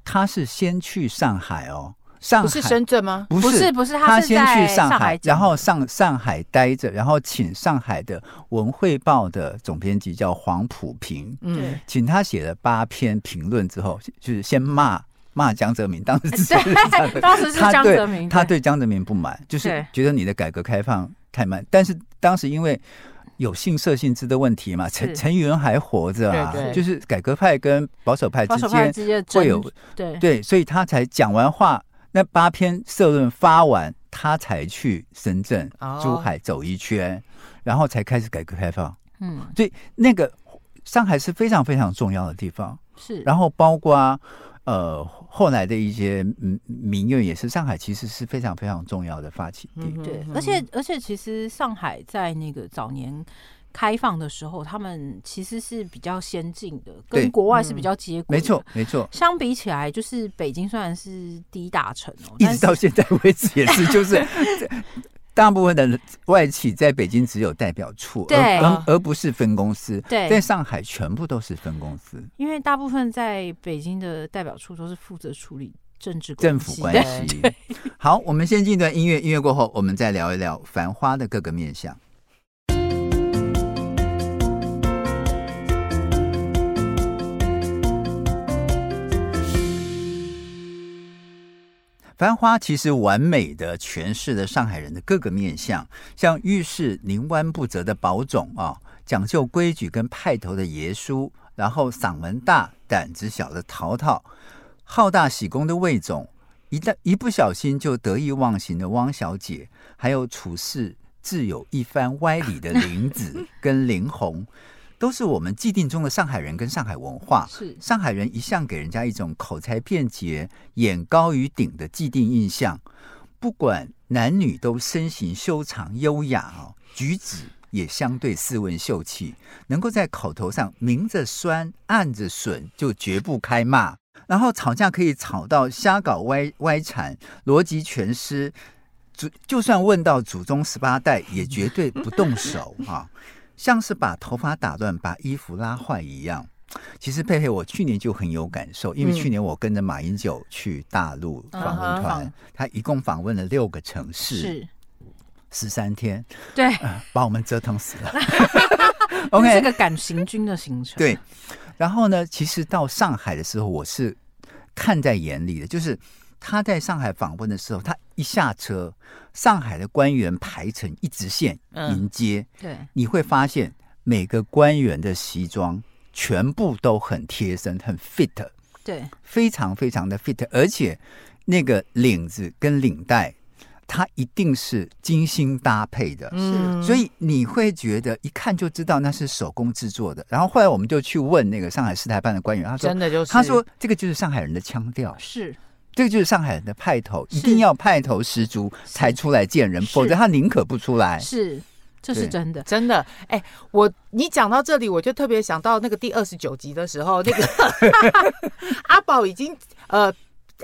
A: 他是先去上海哦，上海
C: 不是深圳吗？
A: 不
B: 不
A: 是
B: 是不是，
A: 他
B: 是
A: 先
B: 在
A: 去上
B: 海
A: 海
B: 整，，
A: 然后上上海待着，然后请上海的文汇报的总编辑叫黄浦平，
C: 嗯，
A: 请他写了八篇评论之后，就是先骂骂江泽民，当时 只是
B: 对，当时是
A: 他
B: 江
A: 对
B: 泽民，
A: 他对江泽民不满，就是
B: 对
A: 觉得你的改革开放太慢。但是当时因为有性社性质的问题嘛，陈
B: 是
A: 陈云还活着啊，
C: 对对
A: 就是改革派跟保守派
B: 保
A: 之
B: 守派
A: 间
B: 之间的
A: 会有
B: 争对
A: 对，所以他才讲完话，那八篇社论发完，他才去深圳、
C: 哦
A: 珠海走一圈，然后才开始改革开放。
B: 嗯
A: 所以那个上海是非常非常重要的地方。
B: 是，
A: 然后包括呃后来的一些嗯民乐也是上海其实是非常非常重要的发起地。
C: 嗯
B: 对
C: 嗯，
B: 而且而且，其实上海在那个早年开放的时候，他们其实是比较先进的，
A: 对
B: 跟国外是
C: 嗯
B: 比较接轨。
A: 没错，，没错，
B: 相比起来，就是北京虽然是第一大城哦，
A: 一
B: 但
A: 直
B: 是
A: 到现在为止也是，就是 大部分的外企在北京只有代表处，
B: 对啊
A: 而而而不是分公司。
B: 对
A: 在上海全部都是分公司，
B: 因为大部分在北京的代表处都是负责处理政治
A: 政府
B: 系
A: 关
B: 的
A: 系。好，我们先进一段音乐，音乐过后我们再聊一聊《繁花》的各个面相。《繁花》其实完美的诠释了上海人的各个面相，像遇事宁弯不折的宝总啊，讲究规矩跟派头的爷叔，然后嗓门大、胆子小的淘淘，好大喜功的魏总，一旦一不小心就得意忘形的汪小姐，还有处事自有一番歪理的林子跟林红，都是我们既定中的上海人跟上海文化。
B: 是
A: 上海人一向给人家一种口才便捷、眼高于顶的既定印象，不管男女都身形修长优雅哦，举止也相对斯文秀气，能够在口头上明着酸、暗着损，就绝不开骂。然后吵架可以吵到瞎搞歪歪缠，逻辑全失。祖就算问到祖宗十八代，也绝对不动手啊，像是把头发打乱、把衣服拉坏一样。其实佩佩，我去年就很有感受，因为
C: 嗯
A: 去年我跟着马英九去大陆访
C: 嗯
A: 问
C: 哼
A: 团，他一共访问了六个城市，
B: 是，
A: 十三天，
B: 对
A: 把我们折腾死了。
B: 这
A: OK，
B: 是个赶行军的行程。
A: 对，然后呢，其实到上海的时候，我是看在眼里的，就是他在上海访问的时候，他一下车，上海的官员排成一直线
C: 嗯
A: 迎接，
B: 对，
A: 你会发现每个官员的西装全部都很贴身，很 fit，
B: 对，
A: 非常非常的 fit，而且那个领子跟领带，它一定是精心搭配的，
C: 嗯，
A: 所以你会觉得一看就知道那是手工制作的。然后后来我们就去问那个上海市台办的官员，他说
C: 真。的就是
A: 他说：“这个就是上海人的腔调，
B: 是
A: 这个就是上海人的派头，
B: 是
A: 一定要派头十足才出来见人，
B: 是
A: 否则他宁可不出来。
B: 是，这是
A: 对
B: 真的。
C: 真的，哎、我你讲到这里，我就特别想到那个第二十九集的时候，那个阿宝已经呃，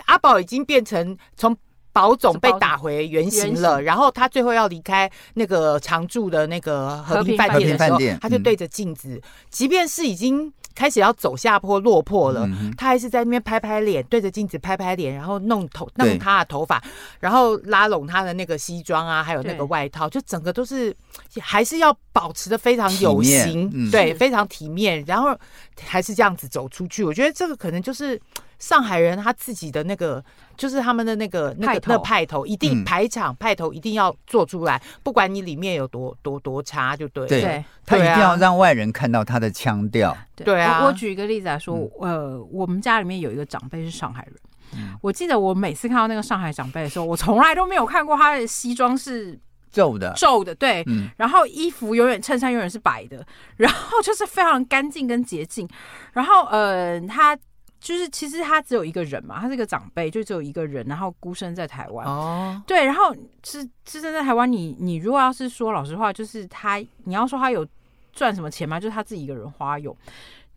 C: 阿宝已经变成从。宝总被打回原形
B: 原
C: 了，然后他最后要离开那个常住的那个和平饭
A: 和
C: 店
A: 平
C: 的
A: 饭
C: 时候
A: 店，
C: 他就
A: 嗯
C: 对着镜子，即便是已经开始要走下坡落魄了，
A: 嗯哼
C: 他还是在那边拍拍脸，对着镜子拍拍脸，然后弄头
A: 对
C: 弄他的头发，然后拉拢他的那个西装啊，还有那
B: 对
C: 个外套，就整个都是还是要保持的非常有
A: 体
C: 型
A: 面，嗯
C: 对，
B: 是
C: 非常体面，然后还是这样子走出去。我觉得这个可能就是上海人他自己的那个，就是他们的那个那
B: 派
C: 个
B: 头
C: 那派头，一定
A: 嗯
C: 排场派头一定要做出来，不管你里面有多多多差，就对了。
A: 对
B: 对
A: 他一定
C: 对啊
A: 要让外人看到他的腔调。
C: 对啊
B: 我我举一个例子来说，呃，我们家里面有一个长辈是上海人。
C: 嗯
B: 我记得我每次看到那个上海长辈的时候，我从来都没有看过他的西装是
A: 皱的，
B: 皱的，对，
A: 嗯，
B: 然后衣服永远衬衫永远是白的，然后就是非常干净跟洁净，然后呃，他就是其实他只有一个人嘛，他是个长辈，就只有一个人，然后孤身在台湾，
C: 哦，
B: 对，然后是是真在台湾，你你如果要是说老实话，就是他你要说他有赚什么钱吗？就是他自己一个人花有。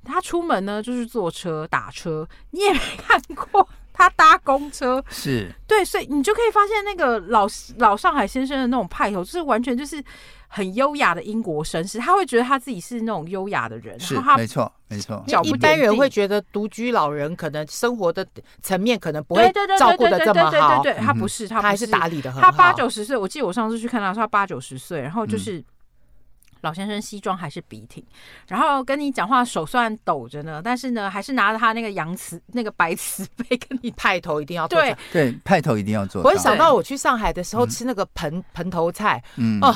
B: 他出门呢，就是坐车、打车，你也没看过他搭公车，
A: 是
B: 对，所以你就可以发现那个老老上海先生的那种派头，就是完全就是很优雅的英国绅士，他会觉得他自己是那种优雅的人，
A: 是
B: 然，后他
A: 没错没错。
B: 脚
C: 一
B: 不
C: 般
B: 点
C: 人
B: 地
C: 会觉得独居老人可能生活的层面可能不
B: 对
C: 会
B: 对对
C: 照
B: 对
C: 顾
B: 对
C: 的
B: 对
C: 这
B: 对
C: 么
B: 对
C: 好，
B: 对，他不是，他
C: 他
B: 不
C: 还
B: 是
C: 是打理的很好。嗯
B: 他八九十岁，我记得我上次去看他，说他八九十岁，然后就是。老先生西装还是笔挺，然后跟你讲话手虽然抖着呢，但是呢还是拿着他那个洋瓷那个白瓷杯跟你
C: 派头一定要做
B: 对
C: 到。
A: 对派头一定要做到。
C: 我想到我去上海的时候吃那个盆盆头菜，
A: 嗯
C: 哦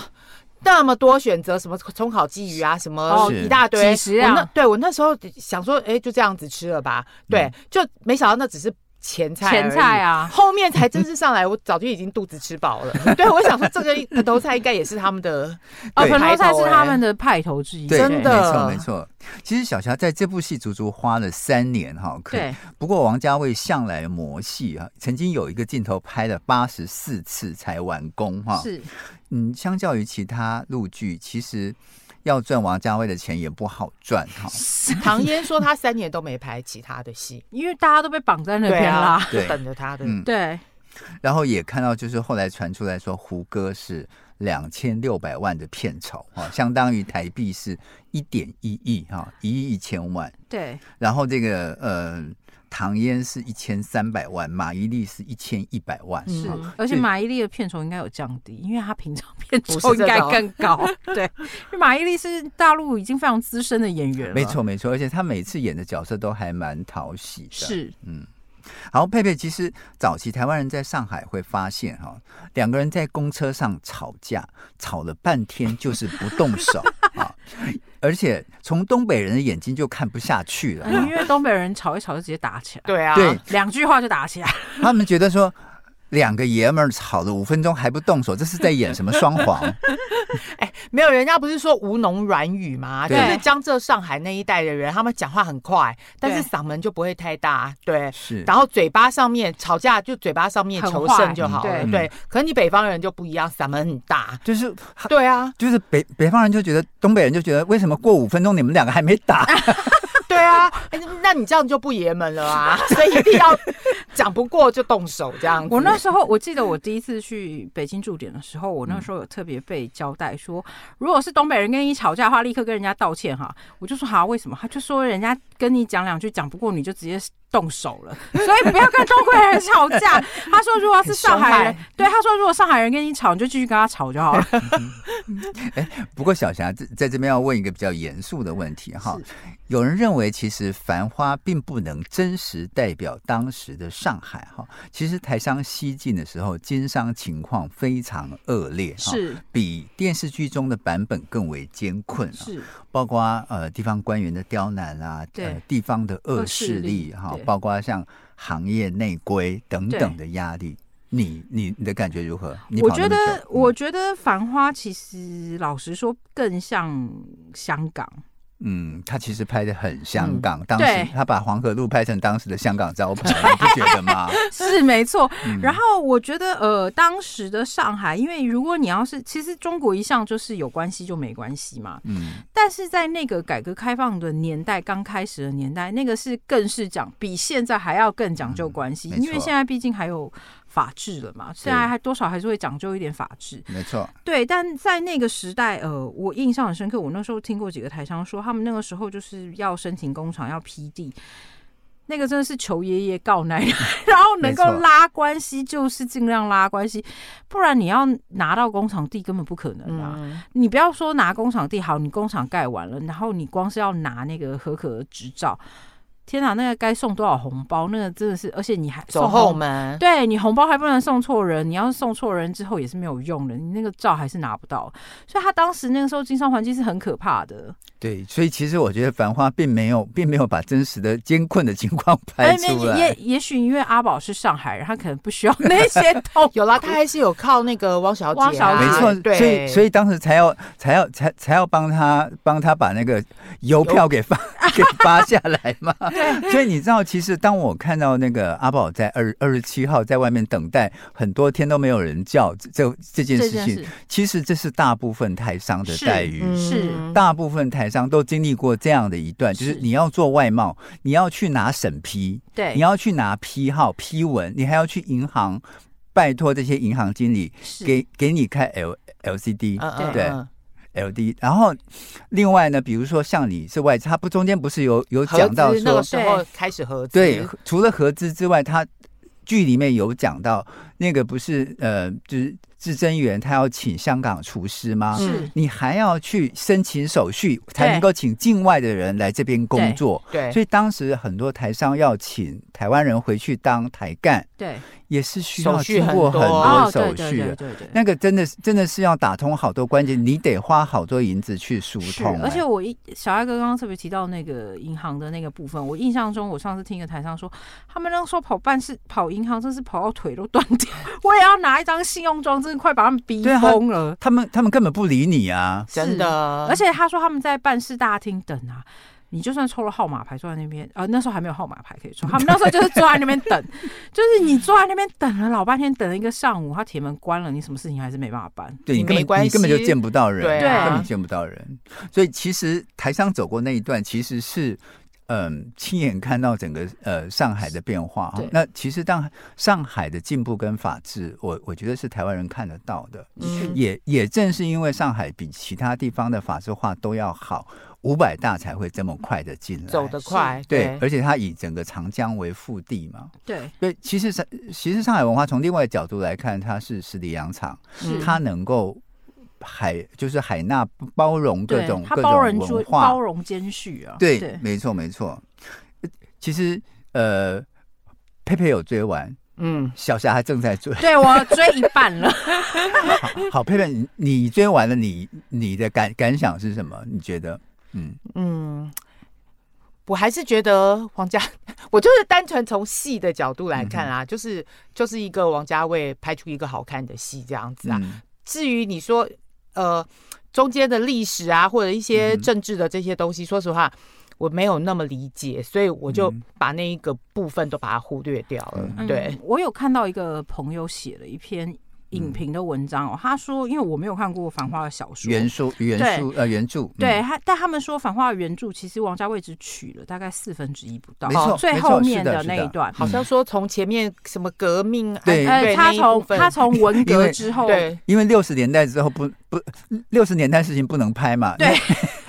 C: 那么多选择，什么葱烤鲫鱼啊，什么
A: 哦是
C: 一大堆。
B: 几十
C: 我那
B: 啊
C: 对我那时候想说，哎，就这样子吃了吧。对
A: 嗯，
C: 就没想到那只是前菜，
B: 前菜。啊，
C: 后面才真是上来，我早就已经肚子吃饱了。 对，我想说这个盆头菜应该也是他们的，
B: 哦，
A: 对
B: 盆头菜
C: 排头
B: 是
C: 欸
B: 他们的派头之一，
A: 对，
C: 真的
A: 没错没错。其实小霞在这部戏足足花了三年哈，可
B: 对
A: 不过王家卫向来磨戏啊，曾经有一个镜头拍了八十四次才完工哈。，
B: 是
A: 嗯，相较于其他陆剧，其实要赚王家卫的钱也不好赚哈。
C: 唐嫣说她三年都没拍其他的戏，
B: 因为大家都被绑在那
C: 对
B: 边
C: 啊
B: 啦，，
A: 对
C: 就等着她的。
A: 嗯，
B: 对，
A: 然后也看到就是后来传出来说，胡歌是两千六百万的片酬 哈，相当于台币是一点一亿哈，一亿一千万。
B: 对，
A: 然后这个呃，唐嫣是一千三百万，马伊琍是一千一百万，
C: 嗯
B: 是
A: 啊，
B: 而且
A: 对
B: 马伊琍的片酬应该有降低，因为她平 常片
C: 不是
B: 酬应
C: 这
B: 该
C: 种
B: 更高。对，因为马伊琍是大陆已经非常资深的演员了，
A: 没，错没错，而且她每次演的角色都还蛮讨喜的。，
B: 是
A: 好，佩佩，其实早期台湾人在上海会发现哈、两个人在公车上吵架，吵了半天就是不动手啊，而且从东北人的眼睛就看不下去了。
B: 因为东北人吵一吵就直接打起来，
C: 对啊，
A: 对
B: 两句话就打起来。
A: 他们觉得说，两个爷们儿吵了五分钟还不动手，这是在演什么双簧？
C: 哎，没有，人家不是说吴侬软语吗？就
A: 对
C: 是江浙上海那一带的人，他们讲话很快，但是
B: 对
C: 嗓门就不会太大，对。
A: 是，
C: 然后嘴巴上面吵架就嘴巴上面
B: 很
C: 求
B: 坏
C: 胜就好了，
A: 嗯对
C: 对。可你北方人就不一样，嗓门很大，
A: 就是
C: 对啊，
A: 就是北北方人就觉得，东北人就觉得，为什么过五分钟你们两个还没打？
C: 对啊。哎那你这样就不爷们 了啊，所以一定要讲不过就动手这样子。
B: 我那时候我记得我第一次去北京驻点的时候，我
A: 嗯
B: 那时候有特别被交代说，如果是东北人跟你吵架的话，立刻跟人家道歉哈。我就说好，为什么？他就说人家跟你讲两句讲不过你就直接。动手了，所以不要跟东北人吵 架。他说，如果是上海
C: 很
B: 人
C: 凶，
B: 对他说，如果上海人跟你吵，你就继续跟他吵就好了。
A: 不过小霞在在这边要问一个比较严肃的问题哈，有人认为其实《繁花》并不能真实代表当时的上海哈，其实台商西进的时候，经商情况非常恶劣，哈，
B: 是
A: 比电视剧中的版本更为艰困，啊，
B: 是，
A: 包括呃地方官员的刁难啦、
B: 对
A: 呃地方的恶势力
B: 恶势力
A: 哈
B: 对，
A: 包括像行业内规等等的压力。你你你的感觉如何？你
B: 我
A: 跑那
B: 觉
A: 么
B: 得
A: 久，嗯
B: 我觉得《繁花》其实老实说更像香港，
A: 嗯，他其实拍的很香港，当
B: 嗯对
A: 时他把黄河路拍成当时的香港 招牌，你不觉得吗？
B: 是没错。
A: 嗯
B: 然后我觉得，呃，当时的上海，因为如果你要是，其实中国一向就是有关系就没关系嘛。
A: 嗯，
B: 但是在那个改革开放的年代，刚开始的年代，那个是更是讲比现在还要更讲究关系，
A: 嗯没错
B: 因为现在毕竟还有法治了嘛，现在还多少还是会讲究一点法治。
A: 没错，
B: 对，但在那个时代，呃，我印象很深刻。我那时候听过几个台商说，他们那个时候就是要申请工厂，要批地，那个真的是求爷爷告奶 奶，然后能够
A: 没错
B: 拉关系就是尽量拉关系，不然你要拿到工厂地根本不可能啊！
C: 嗯，
B: 你不要说拿工厂地好，你工厂盖完了，然后你光是要拿那个合格的执照，天哪，那个该送多少红包？那个真的是，而且你还
C: 走
B: 送红
C: 后门，。
B: 对你红包还不能送错人，你要是送错人之后也是没有用的，你那个照还是拿不到。所以他当时那个时候经商环境是很可怕的。
A: 对，所以其实我觉得《繁花》并没有，并没有把真实的艰困的情况拍
B: 没
A: 出
B: 哎也
A: 来。
B: 也许因为阿宝是上海人，他可能不需要那些痛
C: 有啦，他还是有靠那个汪小姐啊，
B: 汪小姐
A: 没错，
C: 对，
A: 所以所以当时才要才要才才要帮他帮他把那个邮票给发给发下来嘛。所以你知道，其实当我看到那个阿宝在二二十七号在外面等待很多天都没有人叫这这 这件
B: 这
A: 事
B: 件
A: 情
B: 事，
A: 其实这是大部分台商的待遇。
C: 嗯
B: 是
A: 大部分台商都经历过这样的一段，就是
B: 是
A: 你要做外贸，你要去拿审批，
B: 对
A: 你，要去拿批号、批文，你还要去银行拜托这些银行经理
B: 是
A: 给给你开 L LCD
C: 嗯嗯
A: 对
C: 嗯
A: LD。然后另外呢，比如说像你是外资，它不中间不是有有
C: 合
A: 讲到
C: 资那
A: 说
C: 个，时候开始合资，
A: 对，除了合资之外，它剧里面有讲到那个不是呃，就是至臻园他要请香港厨师吗？
B: 是
A: 你还要去申请手续，才能够请境外的人来这边工作。
C: 对，
A: 所以当时很多台商要请台湾人回去当台干，
B: 对，哦
A: 也是需要
C: 手续
A: 经过很
C: 很
A: 多
B: 对
C: 多
A: 手
B: 对
A: 续
B: 对
A: 的。
B: 对对。
A: 那个真的是真的是要打通好多关节，你得花好多银子去啊疏
B: 是
A: 通、，
B: 而且我一小艾哥刚刚特别提到那个银行的那个部分，我印象中，我上次听一个台上说，他们那时候跑办事、跑银行，真是跑到腿都断掉， 我也要拿一张信用状，真的快把他们逼
A: 对啊
B: 疯了。
A: 他们他们根本不理你啊！
C: 真的，
B: 而且他说他们在办事大厅等啊，你就算抽了号码牌坐在那边，呃，那时候还没有号码牌可以抽，他们那时候就是坐在那边 等，就是你坐在那边等了老半天，等了一个上午，他铁门关了，你什么事情还是没办法办。
A: 对你根
C: 没
A: 本
C: 关
A: 你根本就
C: 系
A: 见不到人，
C: 对
B: 啊
A: 根本见不到人。所以其实台商走过那一段，其实是嗯亲眼看到整个呃上海的变化哈
B: 对。
A: 那其实当上海的进步跟法治，我我觉得是台湾人看得到的。
C: 嗯
A: 也也正是因为上海比其他地方的法制化都要好，五百大才会这么快的进来。
C: 走得快，
A: 对，而且它以整个长江为腹地嘛。
B: 对，
A: 对，其实上其实上海文化从另外的角度来看，它是十里洋场。
B: 是
A: 它能够海就是海纳包容各
B: 对
A: 种
B: 他
A: 各
B: 包容
A: 种
B: 兼
A: 文化
B: 包，容兼蓄啊，
A: 对， 没错没错。其实呃，佩佩有追完，
C: 嗯，
A: 小霞还正在追。
B: 对我追一半 了。
A: 好，佩佩，你你追完了，你你的感感想是什么？你觉得？嗯，
C: 嗯，我还是觉得王家，我就是单纯从戏的角度来
A: 嗯
C: 看啦，就是就是一个王家卫拍出一个好看的戏这样子啊。
A: 嗯
C: 至于你说呃中间的历史啊，或者一些
A: 嗯
C: 政治的这些东西，说实话。我没有那么理解，所以我就
A: 嗯
C: 把那一个部分都把它忽略掉了。
B: 嗯
C: 对，
B: 我有看到一个朋友写了一
A: 嗯
B: 篇影评的文章哦，他说，因为我没有看过《繁花》的小说，
A: 原书原书呃原著，嗯
B: 对，他，但他们说《繁花》的原著其实王家卫只取了大概四分之一不到哦
A: 没，错，
B: 最
A: 没错
B: 后
A: 是
B: 面
A: 的
B: 的那一，段。
C: 好像说从前面什么革命啊，
A: 嗯对
B: 呃，
C: 那
B: 他
C: 一部
B: 从
C: 分
B: 他 从文
A: 因
B: 革
A: 为
B: 之后，
A: 是
C: 对
A: 的因为六十年代之后不不六十年代事情不能拍嘛，
B: 对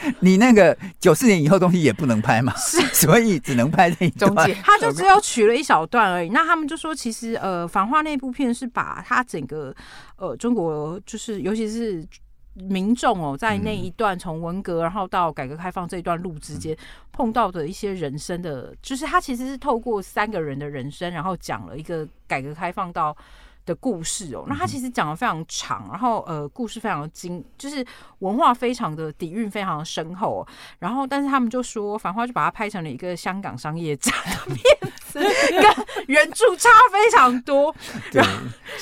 A: 那，你 那个九四年以后东西也不能拍嘛， 所以只能拍那一
C: 中
A: 段
C: 间，
B: 他就只有取了一小段而已。那他们就说，其实呃，《繁花》那部片是把他整个呃中国，就是尤其是。民众哦，在那一段从文革然后到改革开放这一段路之间碰到的一些人生的，就是他其实是透过三个人的人生，然后讲了一个改革开放到的故事哦。那他其实讲的非常长，然后呃，故事非常精，就是文化非常的底蕴非常的深厚哦、然后但是他们就说，繁花就把它拍成了一个香港商业 展的片子，跟原著差非常多。
A: 对，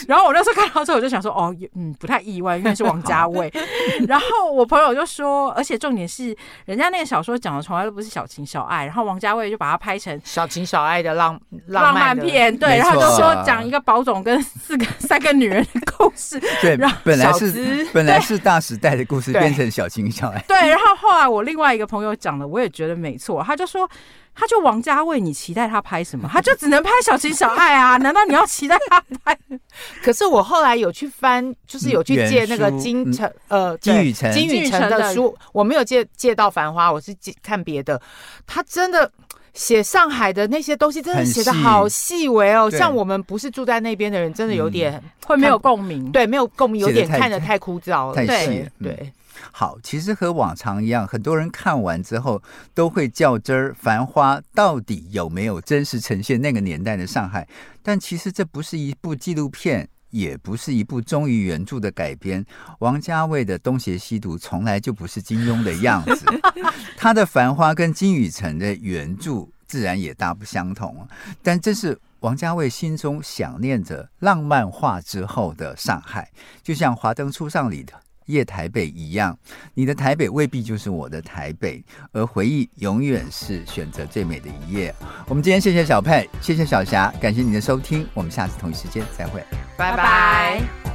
B: 然后我那时候看到之后，我就想说，哦，嗯，不太意外，因为是王家 卫。然后我朋友就说，而且重点是，人家那个小说讲的从来都不是小情小爱，然后王家卫就把它拍成。
C: 小情小爱的浪
B: 浪漫
C: 漫的
B: 片，对，
A: 没
B: 然后就
A: 错啊
B: 说讲一个保总跟四个三个女人的故事，
A: 对
B: 让，
A: 本来
C: 小
A: 是
C: 资
A: 本来是大时代的故事
C: 对
A: 变成小情小爱，
B: 对，然后后来我另外一个朋友讲的，我也觉得没错，他就说，他就王家卫，你期待他拍什么？他就只能拍小情小爱啊？难道你要期待他 拍？
C: 可是我后来有去翻，就是有去
A: 原
C: 借那个
A: 书
C: 金
A: 嗯
C: 城、呃
A: 金
C: 对
A: 宇澄
C: 金宇
B: 金宇
C: 澄
B: 澄的
C: 的书，我没有借借到《繁花》，我是借看别的。他真的写上海的那些东西，真的
A: 很
C: 写的
A: 细
C: 好细微哦。
A: 对嗯
C: 像我们不是住在那边的人，真的有点、
B: 会没有共鸣？
C: 对没有共鸣，有
A: 写得
C: 点
A: 太
C: 看得太枯燥了，
A: 太
C: 对
A: 细了嗯
C: 对，
A: 好，其实和往常一样，很多人看完之后都会较真儿《繁花》到底有没有真实呈现那个年代的上海。但其实这不是一部纪录片，也不是一部忠于原著的改编。王家卫的《东邪西毒》从来就不是金庸的样子，他的《繁花》跟金宇澄的原著自然也大不相同。啊但这是王家卫心中想念着浪漫化之后的上海，就像《华灯初上》里的。夜台北一样，你的台北未必就是我的台北，而回忆永远是选择最美的一页。我们今天谢谢小佩，谢谢小霞，感谢你的收听，我们下次同一时间再会。
B: 拜
C: 拜
B: 拜。